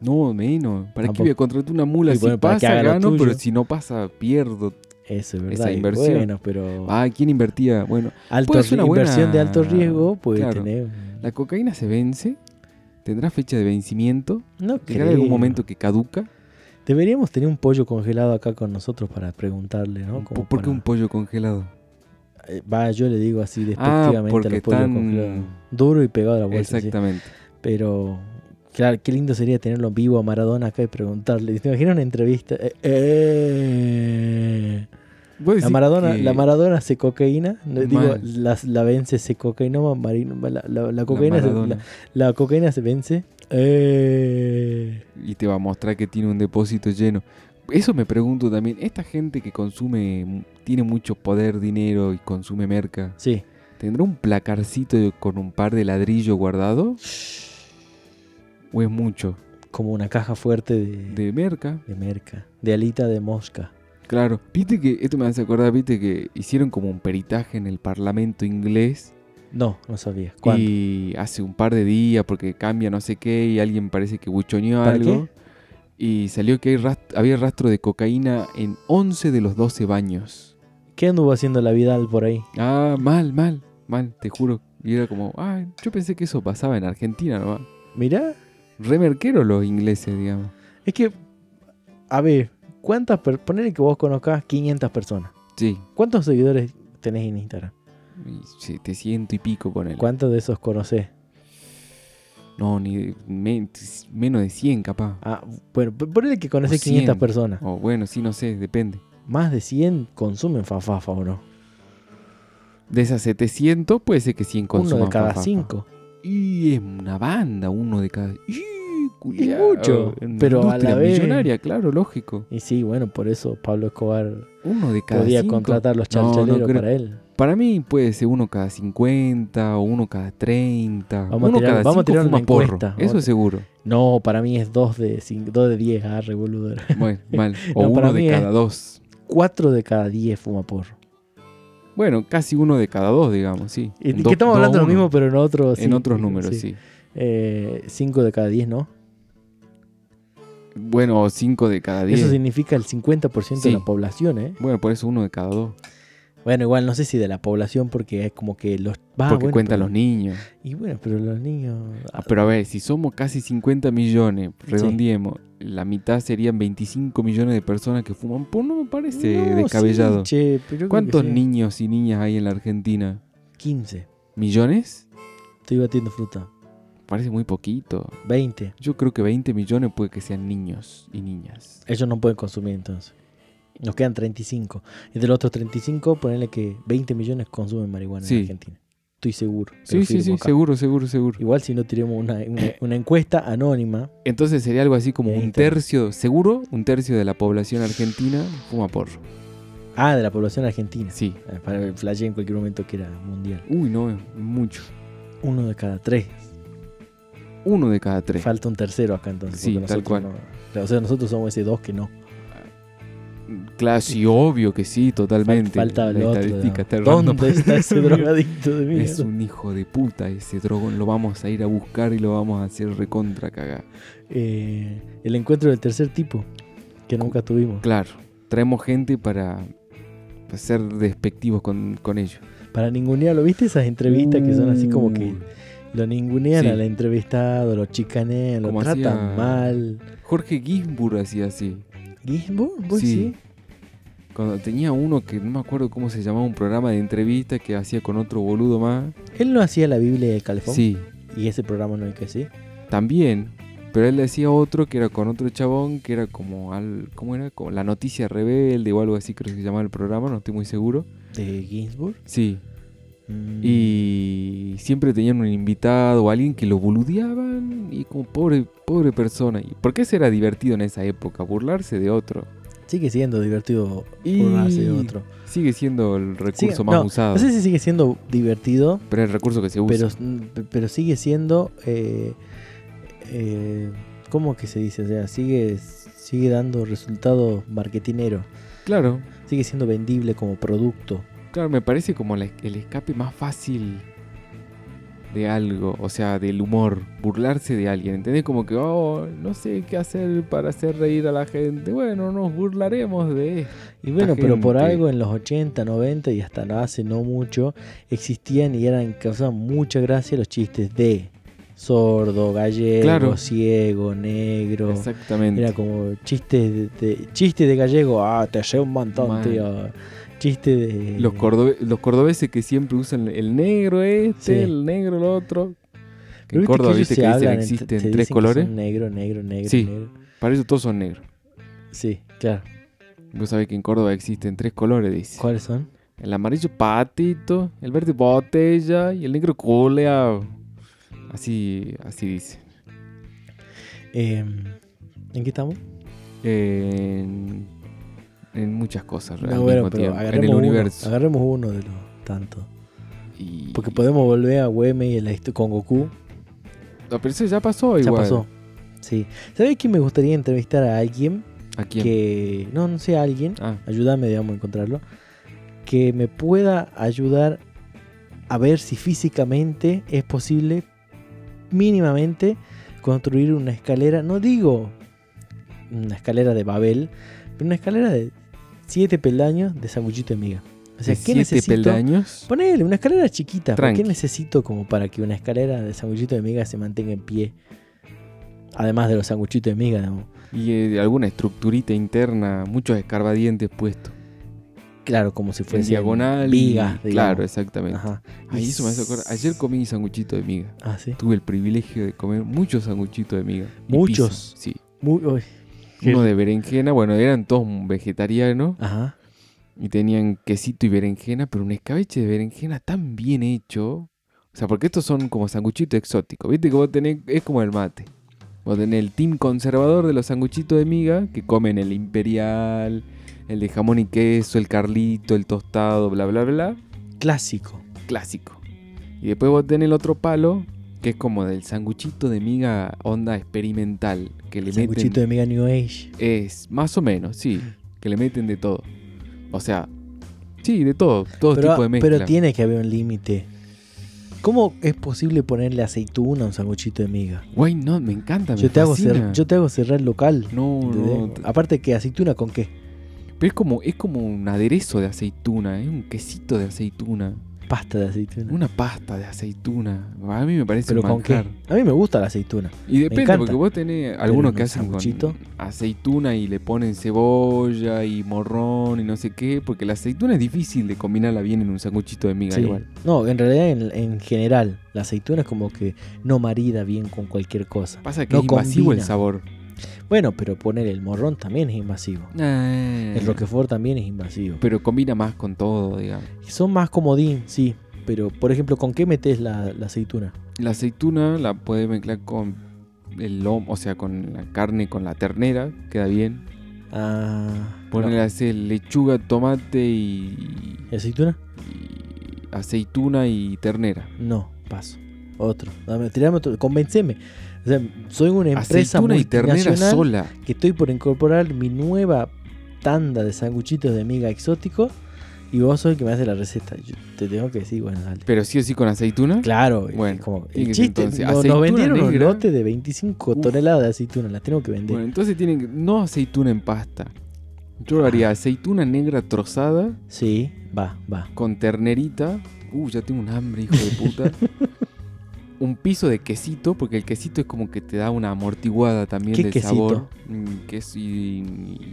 Speaker 1: No, menos. ¿Para qué
Speaker 3: Tampoco.
Speaker 1: voy a contratar una mula?
Speaker 3: Y
Speaker 1: si
Speaker 3: bueno, para que
Speaker 1: pasa,
Speaker 3: haga lo
Speaker 1: gano, pero
Speaker 3: tuyo.
Speaker 1: si no pasa, pierdo.
Speaker 3: Eso
Speaker 1: Esa
Speaker 3: es verdad. y
Speaker 1: inversión.
Speaker 3: Bueno, pero
Speaker 1: Ah, ¿quién invertía? Bueno,
Speaker 3: alto
Speaker 1: puede ser una
Speaker 3: ri- inversión
Speaker 1: buena-
Speaker 3: de alto riesgo puede
Speaker 1: Claro.
Speaker 3: tener.
Speaker 1: la cocaína se vence, tendrá fecha de vencimiento,
Speaker 3: No
Speaker 1: llegará algún
Speaker 3: creo.
Speaker 1: momento que caduca.
Speaker 3: Deberíamos tener un pollo congelado acá con nosotros para preguntarle, ¿no?
Speaker 1: Un po-
Speaker 3: Como
Speaker 1: ¿Por qué
Speaker 3: para-
Speaker 1: un pollo congelado?
Speaker 3: Eh, Va, yo le digo así
Speaker 1: Ah,
Speaker 3: despectivamente a
Speaker 1: porque
Speaker 3: los pollos
Speaker 1: están...
Speaker 3: congelados. Duro y pegado a la bolsa. sí.
Speaker 1: Exactamente.
Speaker 3: Pero, claro, qué lindo sería tenerlo en vivo a Maradona acá y preguntarle. ¿Te imaginas una entrevista? Eh, eh.
Speaker 1: Vos
Speaker 3: La
Speaker 1: decís
Speaker 3: Maradona,
Speaker 1: que
Speaker 3: la Maradona se cocaína, no, digo,
Speaker 1: Mal.
Speaker 3: la, la vence se cocaína, marino, la, la- la
Speaker 1: la
Speaker 3: cocaína se-
Speaker 1: Maradona.
Speaker 3: la- la cocaína se vence. Eh,
Speaker 1: y te va a mostrar que tiene un depósito lleno. Eso me pregunto también, esta gente que consume, mu- tiene mucho poder, dinero y consume merca,
Speaker 3: sí,
Speaker 1: ¿tendrá un placarcito de- con un par de ladrillos guardado? ¿O es mucho?
Speaker 3: como una caja fuerte de,
Speaker 1: De merca,
Speaker 3: de merca, de alita de mosca.
Speaker 1: claro. Viste que, esto me hace acordar, viste que hicieron como un peritaje en el Parlamento inglés
Speaker 3: No, no sabía. ¿Cuándo?
Speaker 1: y hace un par de días porque cambia no sé qué y alguien parece que buchoneó
Speaker 3: ¿Para
Speaker 1: algo. Y salió que hay rast- había rastro de cocaína en 11 de los 12 baños.
Speaker 3: ¿Qué anduvo haciendo la Vidal por ahí?
Speaker 1: Ah, mal, mal, mal, te juro. Y era como, ah, yo pensé que eso pasaba en Argentina nomás.
Speaker 3: Mirá,
Speaker 1: Remerqueros los ingleses, digamos.
Speaker 3: es que, a ver, ¿cuántas personas? Ponele que vos conozcas 500 personas.
Speaker 1: Sí,
Speaker 3: ¿Cuántos seguidores tenés en Instagram?
Speaker 1: y se- te siento y pico con él.
Speaker 3: ¿Cuántos de esos conocés?
Speaker 1: No, ni de- me- menos de 100 capaz.
Speaker 3: Ah, bueno, ponele que conocés
Speaker 1: 100.
Speaker 3: 500 personas.
Speaker 1: O bueno, sí, no sé, depende.
Speaker 3: más de 100 consumen fafafa o no.
Speaker 1: De esas 700 puede ser que 100 consuman
Speaker 3: Uno de cada
Speaker 1: fafafa.
Speaker 3: 5.
Speaker 1: Y es una banda, uno de cada... Y, culiao,
Speaker 3: mucho,
Speaker 1: una
Speaker 3: pero a la
Speaker 1: industria
Speaker 3: vez-
Speaker 1: millonaria, claro, lógico.
Speaker 3: Y sí, bueno, por eso Pablo Escobar
Speaker 1: Uno de cada
Speaker 3: podía
Speaker 1: cinco.
Speaker 3: contratar los
Speaker 1: No, no
Speaker 3: charchaleros
Speaker 1: creo.
Speaker 3: para él.
Speaker 1: Para mí puede ser uno cada 50 o uno cada 30.
Speaker 3: Vamos a
Speaker 1: uno
Speaker 3: tirar-
Speaker 1: cada
Speaker 3: vamos a
Speaker 1: 5
Speaker 3: tirar una
Speaker 1: fuma porro.
Speaker 3: encuesta, vamos a
Speaker 1: Eso
Speaker 3: tirar-
Speaker 1: seguro.
Speaker 3: No, para mí es 2 de 5, dos de 10, arre, boludo.
Speaker 1: Bueno,
Speaker 3: <laughs>
Speaker 1: mal. O
Speaker 3: No, para
Speaker 1: uno
Speaker 3: mí eh.
Speaker 1: de
Speaker 3: es-
Speaker 1: cada dos.
Speaker 3: 4 de cada 10 fuma porro.
Speaker 1: Bueno, casi uno de cada dos, digamos, sí.
Speaker 3: Y,
Speaker 1: Do-
Speaker 3: que estamos
Speaker 1: do
Speaker 3: hablando lo
Speaker 1: uno.
Speaker 3: mismo, pero en otros.
Speaker 1: En otros números, sí.
Speaker 3: 5 Eh, de cada 10, ¿no?
Speaker 1: Bueno, o cinco de cada diez.
Speaker 3: Eso significa el 50%
Speaker 1: Sí.
Speaker 3: de la población, ¿eh?
Speaker 1: Bueno, por eso uno de cada dos.
Speaker 3: Bueno, igual no sé si de la población, porque es como que los. Ah,
Speaker 1: porque
Speaker 3: bueno,
Speaker 1: cuentan
Speaker 3: pero-
Speaker 1: los niños.
Speaker 3: Y bueno, pero los niños.
Speaker 1: Ah, pero a ver, si somos casi 50 millones, redondiemos, la mitad serían 25 millones de personas que fuman. Pues no me parece
Speaker 3: No, sí,
Speaker 1: descabellado.
Speaker 3: che, pero yo creo que
Speaker 1: ¿Cuántos
Speaker 3: sí.
Speaker 1: niños y niñas hay en la Argentina?
Speaker 3: 15.
Speaker 1: ¿Millones?
Speaker 3: Estoy batiendo fruta.
Speaker 1: Parece muy poquito.
Speaker 3: 20.
Speaker 1: Yo creo que 20 millones puede que sean niños y niñas.
Speaker 3: Ellos no pueden consumir entonces. Nos quedan 35. Y de los otros 35, ponerle que 20 millones consumen marihuana
Speaker 1: Sí.
Speaker 3: en Argentina. estoy seguro. pero
Speaker 1: Sí, sí, sí,
Speaker 3: firmo acá.
Speaker 1: seguro, seguro, seguro.
Speaker 3: Igual si no tiremos una,
Speaker 1: <laughs>
Speaker 3: una- una encuesta anónima,
Speaker 1: Entonces sería algo así como
Speaker 3: Ahí
Speaker 1: un
Speaker 3: está.
Speaker 1: tercio, seguro, un tercio de la población argentina fuma porro.
Speaker 3: ah, de la población argentina,
Speaker 1: Sí.
Speaker 3: eh, para el flash en cualquier momento que era mundial.
Speaker 1: Uy, no, es mucho.
Speaker 3: Uno de cada tres.
Speaker 1: Uno de cada tres.
Speaker 3: Falta un tercero acá entonces.
Speaker 1: Sí,
Speaker 3: porque
Speaker 1: tal
Speaker 3: nosotros
Speaker 1: cual.
Speaker 3: no- o sea, nosotros somos ese dos que no.
Speaker 1: Claro, sí, obvio que sí,
Speaker 3: Fal-
Speaker 1: totalmente.
Speaker 3: falta el
Speaker 1: la
Speaker 3: otro.
Speaker 1: estadística
Speaker 3: digamos.
Speaker 1: está errando.
Speaker 3: ¿Dónde
Speaker 1: <laughs>
Speaker 3: está ese drogadicto de mierda?
Speaker 1: Es un hijo de puta ese drogón. Lo vamos a ir a buscar y lo vamos a hacer recontra cagar.
Speaker 3: Eh, el encuentro del tercer tipo que nunca tuvimos.
Speaker 1: Claro, traemos gente para ser despectivos con, con ellos.
Speaker 3: Para ningunearlo, ¿viste esas entrevistas que son así como que
Speaker 1: Uy.
Speaker 3: lo ningunean
Speaker 1: Uh. Sí.
Speaker 3: al entrevistado, lo chicanean, lo
Speaker 1: Como
Speaker 3: tratan
Speaker 1: hacía-
Speaker 3: mal?
Speaker 1: Jorge Ginsburg hacía así.
Speaker 3: ¿Gisbo? ¿Vos
Speaker 1: Sí.
Speaker 3: sí?
Speaker 1: Cuando tenía uno que no me acuerdo cómo se llamaba, un programa de entrevista que hacía con otro boludo más.
Speaker 3: Él no hacía la Biblia del Calefón.
Speaker 1: Sí,
Speaker 3: Y ese programa no hay que sí.
Speaker 1: también. Pero él decía otro que era con otro chabón, que era como al, ¿cómo era? Como la noticia rebelde o algo así, creo que se llamaba el programa, no estoy muy seguro.
Speaker 3: De Ginsburg.
Speaker 1: Sí.
Speaker 3: Mm.
Speaker 1: Y siempre tenían un invitado o alguien que lo boludeaban y como pobre, pobre persona. ¿Y por qué será divertido en esa época? Burlarse de otro.
Speaker 3: Sigue siendo divertido
Speaker 1: Y-
Speaker 3: burlarse de otro.
Speaker 1: Sigue siendo el recurso
Speaker 3: Sigue-
Speaker 1: más
Speaker 3: no,
Speaker 1: usado.
Speaker 3: No sé si sigue siendo divertido,
Speaker 1: Pero es el recurso que se usa.
Speaker 3: pero, pero sigue siendo. Eh, eh, ¿Cómo que se dice? O sea, sigue, sigue dando resultados marketineros.
Speaker 1: Claro,
Speaker 3: Sigue siendo vendible como producto.
Speaker 1: claro, me parece como la- el escape más fácil de algo, o sea, del humor, burlarse de alguien, ¿entendés? Como que, oh, no sé qué hacer para hacer reír a la gente. Bueno, nos burlaremos de esto.
Speaker 3: Y bueno, pero por
Speaker 1: gente.
Speaker 3: algo en los 80, 90 y hasta hace no mucho existían y eran causaban mucha gracia los chistes de sordo, gallego,
Speaker 1: Claro.
Speaker 3: ciego, negro.
Speaker 1: Exactamente.
Speaker 3: Era como chistes de, de- chiste de gallego, ah, te llevo un montón,
Speaker 1: Man.
Speaker 3: tío. Chiste de
Speaker 1: Los, cordobe- los cordobeses que siempre usan el negro este,
Speaker 3: Sí.
Speaker 1: el negro el otro. Que en
Speaker 3: Pero viste
Speaker 1: Córdoba,
Speaker 3: ellos
Speaker 1: viste
Speaker 3: se
Speaker 1: que dicen
Speaker 3: hablan entre-
Speaker 1: existen
Speaker 3: se
Speaker 1: tres
Speaker 3: dicen que
Speaker 1: colores.
Speaker 3: son Negro, negro, negro,
Speaker 1: Sí.
Speaker 3: negro.
Speaker 1: Para ellos todos son negros.
Speaker 3: Sí, claro.
Speaker 1: Vos sabés que en Córdoba existen tres colores, dice.
Speaker 3: ¿Cuáles son?
Speaker 1: El amarillo patito, el verde botella y el negro coleado. Así, así dice.
Speaker 3: Eh, ¿En qué estamos?
Speaker 1: En, en muchas cosas, al
Speaker 3: No, bueno,
Speaker 1: mismo
Speaker 3: pero
Speaker 1: tiempo, en el
Speaker 3: uno,
Speaker 1: universo.
Speaker 3: agarremos uno de los tantos.
Speaker 1: Y-
Speaker 3: Porque podemos volver a Güeme y la histo- con Goku.
Speaker 1: No, pero eso ya pasó
Speaker 3: Ya
Speaker 1: igual.
Speaker 3: pasó. Sí. ¿Sabés que me gustaría entrevistar a alguien
Speaker 1: ¿A quién?
Speaker 3: que. No, no sé, a alguien.
Speaker 1: Ah,
Speaker 3: Ayúdame, digamos, a encontrarlo. Que me pueda ayudar a ver si físicamente es posible, mínimamente, construir una escalera. No digo una escalera de Babel, pero una escalera de siete peldaños de sanguchito de miga. O sea,
Speaker 1: ¿de
Speaker 3: ¿qué
Speaker 1: siete
Speaker 3: necesito?
Speaker 1: peldaños.
Speaker 3: Ponele una escalera chiquita. ¿Por
Speaker 1: Tranqui.
Speaker 3: qué necesito como para que una escalera de sanguchito de miga se mantenga en pie? Además de los sanguchitos de miga, digamos.
Speaker 1: Y eh, alguna estructurita interna, muchos escarbadientes puestos.
Speaker 3: Claro, como si
Speaker 1: En
Speaker 3: fuese
Speaker 1: diagonal. y-
Speaker 3: vigas, digamos.
Speaker 1: claro, exactamente.
Speaker 3: Ajá.
Speaker 1: Ay, eso me hace acordar. Ayer comí sanguchito de miga.
Speaker 3: Ah, sí.
Speaker 1: Tuve el privilegio de comer muchos sanguchitos de miga. y
Speaker 3: ¿Muchos?
Speaker 1: pizza, Sí.
Speaker 3: Muy, uy.
Speaker 1: Uno de berenjena, bueno, eran todos vegetarianos
Speaker 3: Ajá.
Speaker 1: y tenían quesito y berenjena, pero un escabeche de berenjena tan bien hecho. O sea, porque estos son como sanguchitos exóticos. Viste que vos tenés, es como el mate. Vos tenés el team conservador de los sanguchitos de miga, que comen el imperial, el de jamón y queso, el carlito, el tostado, bla, bla, bla.
Speaker 3: Clásico.
Speaker 1: Clásico. Y después vos tenés el otro palo, que es como del sanguchito de miga onda experimental, que le meten...
Speaker 3: Sanguchito de miga New Age.
Speaker 1: Es más o menos, sí. Que le meten de todo. O sea, sí, de todo. Todo
Speaker 3: Pero,
Speaker 1: tipo de mezcla.
Speaker 3: pero tiene que haber un límite. ¿Cómo es posible ponerle aceituna a un sanguchito de miga?
Speaker 1: Guay, no, me encanta. me
Speaker 3: Yo te, hago
Speaker 1: fascina.
Speaker 3: cer- yo te hago cerrar el local.
Speaker 1: No, no.
Speaker 3: ¿entendés? Aparte que aceituna con qué?
Speaker 1: Pero es como, es como un aderezo de aceituna, es un quesito de aceituna.
Speaker 3: Pasta de aceituna.
Speaker 1: Una pasta de aceituna. A mí me parece
Speaker 3: Pero
Speaker 1: un
Speaker 3: con qué?
Speaker 1: manjar.
Speaker 3: A mí me gusta la aceituna.
Speaker 1: Y depende,
Speaker 3: encanta.
Speaker 1: porque vos tenés algunos
Speaker 3: en
Speaker 1: que
Speaker 3: un
Speaker 1: hacen con
Speaker 3: sanguchito.
Speaker 1: aceituna y le ponen cebolla y morrón y no sé qué, porque la aceituna es difícil de combinarla bien en un sanguchito de miga
Speaker 3: Sí.
Speaker 1: igual.
Speaker 3: No, en realidad en, en general la aceituna es como que no marida bien con cualquier cosa.
Speaker 1: Pasa que
Speaker 3: No
Speaker 1: es invasivo
Speaker 3: combina.
Speaker 1: el sabor.
Speaker 3: Bueno, pero poner el morrón también es invasivo. El
Speaker 1: que
Speaker 3: Eh. Roquefort también es invasivo.
Speaker 1: Pero combina más con todo, digamos.
Speaker 3: Son más comodín, sí. Pero, por ejemplo, ¿con qué metes la, la aceituna?
Speaker 1: La aceituna la puedes mezclar con el lomo, o sea, con la carne, con la ternera, queda bien.
Speaker 3: Ah,
Speaker 1: Ponerle hacer lechuga, tomate y,
Speaker 3: ¿Y aceituna?
Speaker 1: y aceituna y ternera.
Speaker 3: No, paso. Otro. Dame, tirame otro. Convenceme. O sea, soy una empresa
Speaker 1: aceituna y ternera
Speaker 3: multinacional
Speaker 1: sola.
Speaker 3: que estoy por incorporar mi nueva tanda de sanguchitos de miga exótico y vos sos el que me hace la receta. Yo te tengo que decir, bueno, dale.
Speaker 1: Pero sí o sí con aceituna.
Speaker 3: Claro,
Speaker 1: Bueno,
Speaker 3: es como
Speaker 1: tiene
Speaker 3: el
Speaker 1: que ser
Speaker 3: chiste.
Speaker 1: entonces
Speaker 3: no- nos,
Speaker 1: aceituna
Speaker 3: vendieron un
Speaker 1: negra.
Speaker 3: lote de 25
Speaker 1: Uf.
Speaker 3: toneladas de aceituna, las tengo que vender.
Speaker 1: Bueno, entonces tienen que- no aceituna en pasta. Yo lo haría aceituna negra trozada
Speaker 3: Sí, va, va.
Speaker 1: con ternerita. Uh, ya tengo un hambre, hijo de
Speaker 3: <laughs>
Speaker 1: puta. un piso de quesito, porque el quesito es como que te da una amortiguada también
Speaker 3: ¿Qué
Speaker 1: del
Speaker 3: quesito?
Speaker 1: sabor. Mm, queso y,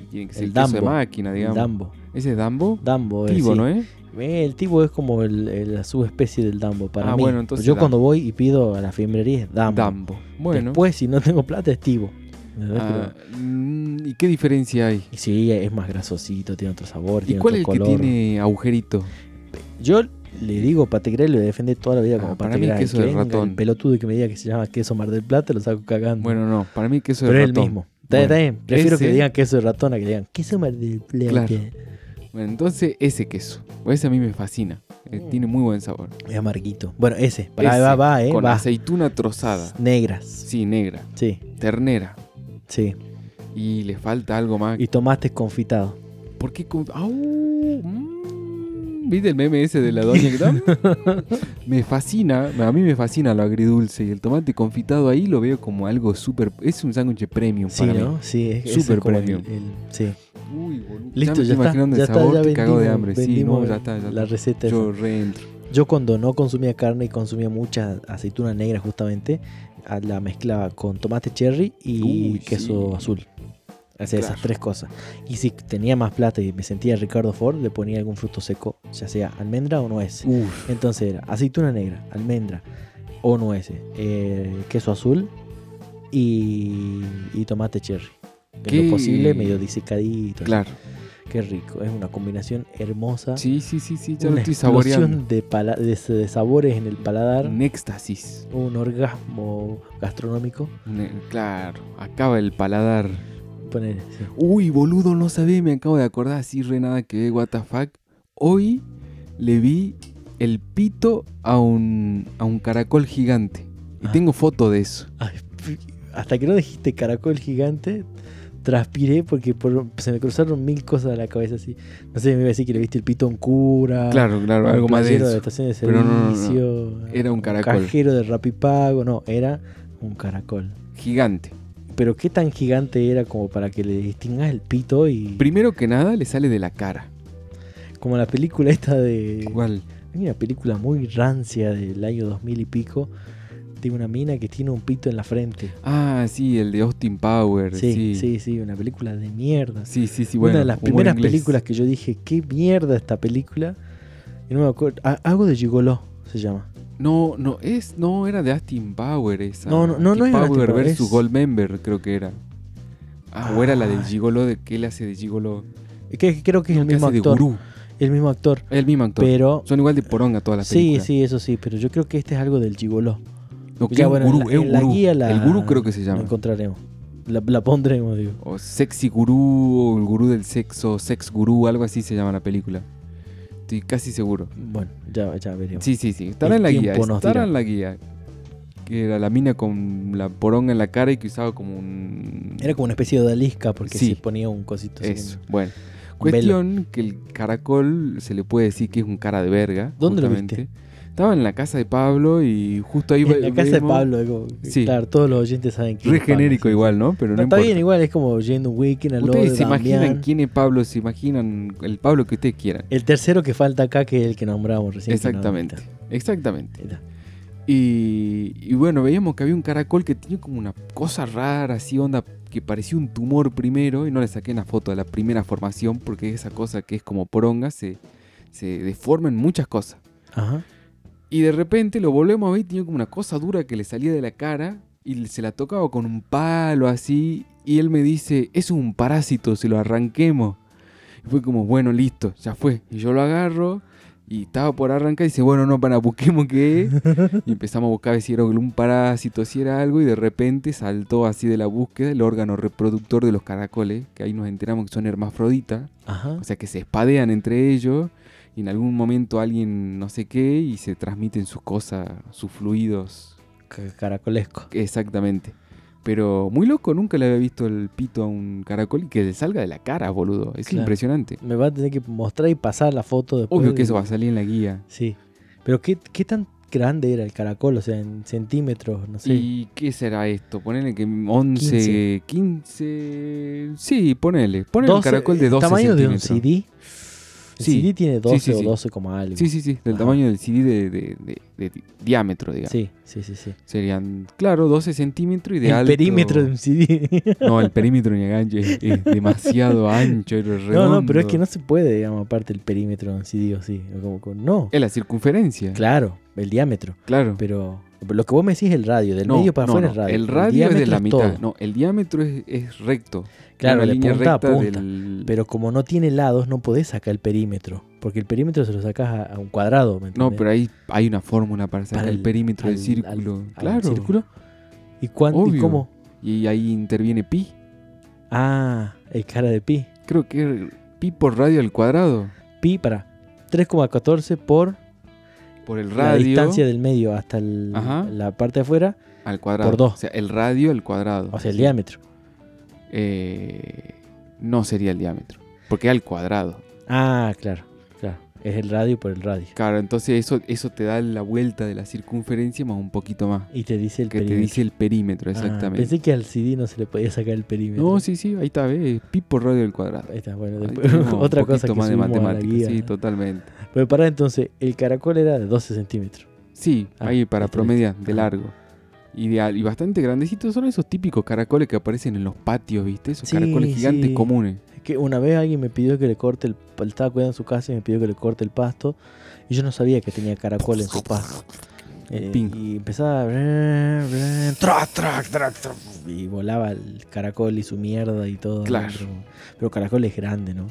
Speaker 1: y tiene que ser
Speaker 3: El
Speaker 1: queso de
Speaker 3: Dambo.
Speaker 1: máquina, digamos.
Speaker 3: Dambo.
Speaker 1: Ese es Dambo.
Speaker 3: Dambo es.
Speaker 1: Pivo,
Speaker 3: sí.
Speaker 1: ¿no es?
Speaker 3: Eh, El tibo es como el- el- la subespecie del dambo para
Speaker 1: Ah,
Speaker 3: mí.
Speaker 1: bueno, entonces
Speaker 3: Yo
Speaker 1: dambo.
Speaker 3: cuando voy y pido a la fiambrería es dambo.
Speaker 1: Dambo. Bueno.
Speaker 3: Después, si no tengo plata, es tibo. La
Speaker 1: ah,
Speaker 3: verdad que lo-
Speaker 1: mm, ¿Y qué diferencia hay?
Speaker 3: Y sí, es más grasosito, tiene otro sabor,
Speaker 1: ¿Y
Speaker 3: tiene
Speaker 1: cuál es el
Speaker 3: otro color.
Speaker 1: que tiene agujerito?
Speaker 3: Yo le digo pategral y lo defiende toda la vida
Speaker 1: Ah,
Speaker 3: como
Speaker 1: para
Speaker 3: pategral.
Speaker 1: mí queso
Speaker 3: Que
Speaker 1: de
Speaker 3: venga
Speaker 1: ratón.
Speaker 3: El pelotudo que me diga que se llama queso Mar del Plata lo saco cagando.
Speaker 1: Bueno, no, para mí queso de
Speaker 3: Pero es el
Speaker 1: ratón.
Speaker 3: mismo. Está bien, está bien. Prefiero
Speaker 1: ese-
Speaker 3: que digan queso de ratón a que digan queso Mar del Plata.
Speaker 1: Claro. Bueno, entonces ese queso. O Ese a mí me fascina. Eh,
Speaker 3: Mm.
Speaker 1: Tiene muy buen sabor.
Speaker 3: Es amarguito. Bueno, ese. Pará,
Speaker 1: Ese,
Speaker 3: va, va, eh.
Speaker 1: Con
Speaker 3: va.
Speaker 1: aceituna trozada.
Speaker 3: Negras.
Speaker 1: Sí, negra.
Speaker 3: Sí,
Speaker 1: Ternera.
Speaker 3: sí.
Speaker 1: Y le falta algo más.
Speaker 3: Y tomates confitados.
Speaker 1: ¿Por qué? con- ¡Au! Mm. ¿Viste el meme ese de la doña que
Speaker 3: <laughs>
Speaker 1: da? Mm. Me fascina, a mí me fascina lo agridulce. Y el tomate confitado ahí lo veo como algo súper. Es un sándwich premium
Speaker 3: Sí,
Speaker 1: para mí.
Speaker 3: ¿no? Sí, es, ese
Speaker 1: Super
Speaker 3: es como el-
Speaker 1: premium.
Speaker 3: el- sí.
Speaker 1: Uy, boludo.
Speaker 3: Listo,
Speaker 1: me
Speaker 3: ya,
Speaker 1: estoy
Speaker 3: está.
Speaker 1: imaginando
Speaker 3: ya
Speaker 1: el
Speaker 3: está,
Speaker 1: sabor,
Speaker 3: ya
Speaker 1: te cago de
Speaker 3: vendimos-
Speaker 1: hambre. Sí,
Speaker 3: vendimos
Speaker 1: no, ya está, ya
Speaker 3: La
Speaker 1: está.
Speaker 3: receta.
Speaker 1: Yo
Speaker 3: esa.
Speaker 1: reentro.
Speaker 3: Yo cuando no consumía carne y consumía mucha aceituna negra justamente, a- la mezclaba con tomate cherry y
Speaker 1: Uy,
Speaker 3: queso
Speaker 1: sí. Ah,
Speaker 3: azul. Hacía
Speaker 1: Claro.
Speaker 3: esas tres cosas. Y si tenía más plata y me sentía Ricardo Ford, le ponía algún fruto seco, ya sea almendra o nuez.
Speaker 1: Uf.
Speaker 3: Entonces era aceituna negra, almendra o nueces, eh, queso azul y, y tomate cherry. En
Speaker 1: Qué-
Speaker 3: lo posible, medio disecadito. así.
Speaker 1: Claro.
Speaker 3: Qué rico. Es una combinación hermosa.
Speaker 1: Sí, sí, sí, sí, ya lo
Speaker 3: una
Speaker 1: estoy saboreando.
Speaker 3: explosión de, pala- de, de sabores en el paladar.
Speaker 1: Un éxtasis.
Speaker 3: Un orgasmo gastronómico.
Speaker 1: Un e- Claro, acaba el paladar.
Speaker 3: Poner, sí.
Speaker 1: Uy, boludo, no sabés, me acabo de acordar así re nada que ve, what the fuck. Hoy le vi el pito a un, a un caracol gigante. Y
Speaker 3: Ah.
Speaker 1: tengo foto de eso.
Speaker 3: Ay, pi- hasta que no dijiste caracol gigante, transpiré porque por- se me cruzaron mil cosas a la cabeza así. No sé, me iba a decir que le viste el pito a un cura.
Speaker 1: Claro, claro,
Speaker 3: un
Speaker 1: algo más de
Speaker 3: playero la
Speaker 1: eso.
Speaker 3: estación de
Speaker 1: Pero no, no, no.
Speaker 3: servicio.
Speaker 1: Era un caracol.
Speaker 3: cajero de Rapipago. No, era un caracol.
Speaker 1: Gigante.
Speaker 3: Pero qué tan gigante era como para que le distingas el pito y.
Speaker 1: Primero que nada, le sale de la cara.
Speaker 3: Como la película esta de.
Speaker 1: Igual.
Speaker 3: Hay una película muy rancia del año 2000 y pico de una mina que tiene un pito en la frente.
Speaker 1: Ah, sí, el de Austin Power.
Speaker 3: Sí,
Speaker 1: Sí,
Speaker 3: sí, sí, una película de mierda.
Speaker 1: sí, sí, sí, bueno.
Speaker 3: una de las
Speaker 1: humor
Speaker 3: primeras
Speaker 1: inglés.
Speaker 3: películas que yo dije, qué mierda esta película. Y no me acuerdo. ah, algo de Gigoló se llama.
Speaker 1: No, no, es, no era de Austin Power esa.
Speaker 3: No, no, no, no
Speaker 1: Austin
Speaker 3: era de
Speaker 1: Power
Speaker 3: Austin Power,
Speaker 1: versus
Speaker 3: es-
Speaker 1: Goldmember, creo que era. Ah, o era la del
Speaker 3: Ay.
Speaker 1: Gigolo, de que él hace de Gigolo.
Speaker 3: Que- que creo que es el
Speaker 1: que
Speaker 3: mismo
Speaker 1: hace de
Speaker 3: actor.
Speaker 1: gurú.
Speaker 3: El mismo actor.
Speaker 1: El mismo actor.
Speaker 3: Pero.
Speaker 1: Son igual de poronga todas las
Speaker 3: Sí,
Speaker 1: películas.
Speaker 3: sí, eso sí, pero yo creo que este es algo del Gigoló.
Speaker 1: No, que
Speaker 3: Ya,
Speaker 1: es un
Speaker 3: bueno, en
Speaker 1: gurú,
Speaker 3: la-
Speaker 1: es
Speaker 3: en
Speaker 1: un
Speaker 3: la
Speaker 1: gurú.
Speaker 3: guía la-
Speaker 1: El gurú creo que se
Speaker 3: La
Speaker 1: llama.
Speaker 3: encontraremos. La, la pondremos, digo.
Speaker 1: O sexy gurú, o el gurú del sexo, sex gurú, algo así se llama la película. Estoy casi seguro.
Speaker 3: Bueno, ya, ya veremos.
Speaker 1: Sí, sí, sí. Estará
Speaker 3: El
Speaker 1: en la guía.
Speaker 3: tiempo nos
Speaker 1: Estará
Speaker 3: dirá.
Speaker 1: en la guía. Que era la mina con la poronga en la cara y que usaba como un.
Speaker 3: Era como una especie de odalisca porque
Speaker 1: Sí.
Speaker 3: se ponía un cosito. así
Speaker 1: Eso,
Speaker 3: como-
Speaker 1: bueno.
Speaker 3: un velo.
Speaker 1: Cuestión que el caracol se le puede decir que es un cara de verga.
Speaker 3: ¿Dónde lo
Speaker 1: justamente. Estaba en la casa de Pablo y justo ahí ve-
Speaker 3: <laughs> En la casa de
Speaker 1: vemos-
Speaker 3: Pablo, es como-
Speaker 1: Sí.
Speaker 3: claro, todos los oyentes saben que.
Speaker 1: Re
Speaker 3: es Pablo,
Speaker 1: genérico
Speaker 3: sí, sí.
Speaker 1: igual, ¿no? Pero no,
Speaker 3: No, está
Speaker 1: importa.
Speaker 3: bien, igual es como yendo un weekend al otro.
Speaker 1: Ustedes se imaginan quién es Pablo, se imaginan el Pablo que ustedes quieran.
Speaker 3: El tercero que falta acá, que es el que nombramos recién. que no,
Speaker 1: Exactamente,
Speaker 3: ahí
Speaker 1: exactamente.
Speaker 3: está, ahí está.
Speaker 1: Y, y bueno, veíamos que había un caracol que tenía como una cosa rara, así onda, que parecía un tumor primero, y no le saqué una foto de la primera formación, porque esa cosa que es como poronga se, se deforma en muchas cosas.
Speaker 3: Ajá.
Speaker 1: Y de repente lo volvemos a ver y tenía como una cosa dura que le salía de la cara y se la tocaba con un palo así. Y él me dice, es un parásito, se lo arranquemos. Y fue como, bueno, listo, ya fue. Y yo lo agarro, Y estaba por arrancar y dice, bueno, no, para, busquemos qué es. Y empezamos a buscar a ver si era un parásito, si era algo. Y de repente saltó así de la búsqueda el órgano reproductor de los caracoles, que ahí nos enteramos que son hermafroditas.
Speaker 3: Ajá.
Speaker 1: O sea, que se espadean entre ellos. Y en algún momento alguien no sé qué y se transmiten sus cosas, sus fluidos.
Speaker 3: ca- Caracolesco.
Speaker 1: Exactamente. Pero muy loco, nunca le había visto el pito a un caracol y que le salga de la cara, boludo. Es
Speaker 3: Claro.
Speaker 1: impresionante.
Speaker 3: Me va a tener que mostrar y pasar la foto después.
Speaker 1: Obvio
Speaker 3: de-
Speaker 1: que eso va a salir en la guía.
Speaker 3: Sí. Pero ¿qué, qué tan grande era el caracol? O sea, en centímetros, no sé.
Speaker 1: ¿Y qué será esto? Ponele que 11, 15.
Speaker 3: 15.
Speaker 1: Sí, ponele. Ponele un
Speaker 3: 12,
Speaker 1: caracol de
Speaker 3: el
Speaker 1: 12
Speaker 3: tamaño de un
Speaker 1: centímetros.
Speaker 3: CD. El
Speaker 1: Sí.
Speaker 3: CD tiene 12
Speaker 1: sí, sí.
Speaker 3: o 12 como algo.
Speaker 1: Sí, sí, sí. Del
Speaker 3: Ajá.
Speaker 1: tamaño del CD de, de- de- de di- diámetro, digamos.
Speaker 3: sí, sí, sí, sí.
Speaker 1: Serían, claro, 12 centímetros y de
Speaker 3: el
Speaker 1: alto.
Speaker 3: perímetro de un CD.
Speaker 1: No, el perímetro ni gancho es, es demasiado ancho, era
Speaker 3: <laughs> <laughs> no, no, pero es
Speaker 1: redondo.
Speaker 3: que no se puede, digamos, aparte el perímetro de un CD o sí. O como con- no,
Speaker 1: Es la circunferencia,
Speaker 3: claro, el diámetro.
Speaker 1: claro.
Speaker 3: Pero lo que vos me decís es el radio, del
Speaker 1: No,
Speaker 3: medio para
Speaker 1: no,
Speaker 3: afuera
Speaker 1: no,
Speaker 3: es radio.
Speaker 1: El radio es de
Speaker 3: diámetro
Speaker 1: la mitad.
Speaker 3: todo.
Speaker 1: No, el diámetro es, es recto.
Speaker 3: claro,
Speaker 1: una
Speaker 3: de
Speaker 1: línea
Speaker 3: punta a
Speaker 1: recta
Speaker 3: punta.
Speaker 1: del.
Speaker 3: Pero como no tiene lados, no podés sacar el perímetro. Porque el perímetro se lo sacás a, a un cuadrado. ¿me
Speaker 1: No,
Speaker 3: entendés?
Speaker 1: pero ahí hay una fórmula para sacar
Speaker 3: Para
Speaker 1: el,
Speaker 3: el-
Speaker 1: perímetro del
Speaker 3: al-
Speaker 1: círculo.
Speaker 3: al
Speaker 1: claro.
Speaker 3: círculo. ¿Y, cuán- y
Speaker 1: Obvio.
Speaker 3: cómo?
Speaker 1: Y ahí interviene pi.
Speaker 3: Ah, el cara de pi.
Speaker 1: Creo que pi por radio al cuadrado.
Speaker 3: Pi para 3,14 por
Speaker 1: Por el
Speaker 3: la
Speaker 1: radio
Speaker 3: distancia del medio hasta el-
Speaker 1: Ajá.
Speaker 3: la parte de afuera,
Speaker 1: al cuadrado.
Speaker 3: por dos.
Speaker 1: O sea, el radio al cuadrado.
Speaker 3: o sea, el diámetro.
Speaker 1: Eh, no sería el diámetro. Porque al cuadrado.
Speaker 3: Ah, claro, claro. Es el radio por el radio.
Speaker 1: Claro, entonces eso, eso te da la vuelta de la circunferencia más un poquito más.
Speaker 3: Y te dice el
Speaker 1: que
Speaker 3: perímetro.
Speaker 1: te dice el perímetro,
Speaker 3: Ah,
Speaker 1: exactamente.
Speaker 3: pensé que al CD no se le podía sacar el perímetro.
Speaker 1: No, sí, sí, ahí está, ve, pi por radio al cuadrado.
Speaker 3: Ahí está, bueno,
Speaker 1: Ahí
Speaker 3: después-
Speaker 1: tenemos un
Speaker 3: <laughs> otra cosa
Speaker 1: poquito
Speaker 3: que
Speaker 1: más de
Speaker 3: subimos a la
Speaker 1: matemáticas,
Speaker 3: guía.
Speaker 1: sí, totalmente.
Speaker 3: Pero pará, entonces, el caracol era de 12 centímetros.
Speaker 1: Sí,
Speaker 3: Ah,
Speaker 1: ahí para
Speaker 3: listo,
Speaker 1: promediar, de
Speaker 3: Ajá.
Speaker 1: largo. Y, de al- y bastante grandecitos son esos típicos caracoles que aparecen en los patios, ¿viste? Esos
Speaker 3: Sí,
Speaker 1: caracoles gigantes
Speaker 3: sí.
Speaker 1: comunes.
Speaker 3: Que una vez alguien me pidió que le corte el... él Estaba cuidando su casa y me pidió que le corte el pasto. Y yo no sabía que tenía caracol en su pasto. Eh,
Speaker 1: Ping.
Speaker 3: y empezaba... a- trac, trac, trac, trac, Y volaba el caracol y su mierda y todo.
Speaker 1: Claro.
Speaker 3: adentro. Pero caracol es grande, ¿no?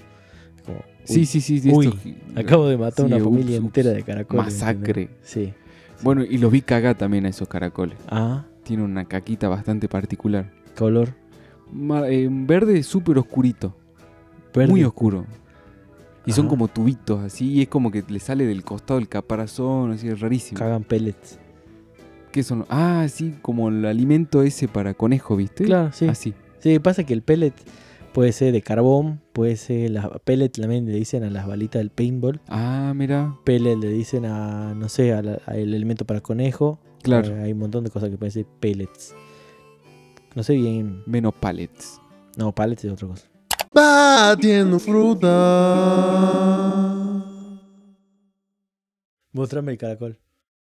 Speaker 3: Como,
Speaker 1: Sí,
Speaker 3: uy,
Speaker 1: sí, sí. de
Speaker 3: uy,
Speaker 1: estos gi-
Speaker 3: Acabo de matar
Speaker 1: Sí,
Speaker 3: una
Speaker 1: ups,
Speaker 3: familia
Speaker 1: ups.
Speaker 3: entera de caracoles.
Speaker 1: Masacre.
Speaker 3: ¿entendés? Sí.
Speaker 1: Bueno, y los vi cagar también a esos caracoles.
Speaker 3: Ah,
Speaker 1: Tiene una caquita bastante particular.
Speaker 3: color
Speaker 1: Ma- eh, verde súper oscurito,
Speaker 3: verde.
Speaker 1: muy oscuro. Y son
Speaker 3: Ajá.
Speaker 1: como tubitos así, y es como que le sale del costado el caparazón, así, es rarísimo.
Speaker 3: Cagan pellets.
Speaker 1: ¿Qué son? los- Ah, sí, como el alimento ese para conejo, ¿viste?
Speaker 3: Claro, sí.
Speaker 1: Así.
Speaker 3: Sí, pasa que el pellet puede ser de carbón, puede ser las pellet también le dicen a las balitas del paintball,
Speaker 1: Ah, mira.
Speaker 3: pellet le dicen a no sé, al el elemento para conejo.
Speaker 1: Claro.
Speaker 3: Eh, hay un montón de cosas que pueden ser pellets. No sé bien.
Speaker 1: Menos pallets.
Speaker 3: No, pellets es otra cosa.
Speaker 2: Batiendo fruta.
Speaker 3: Mostrame el caracol.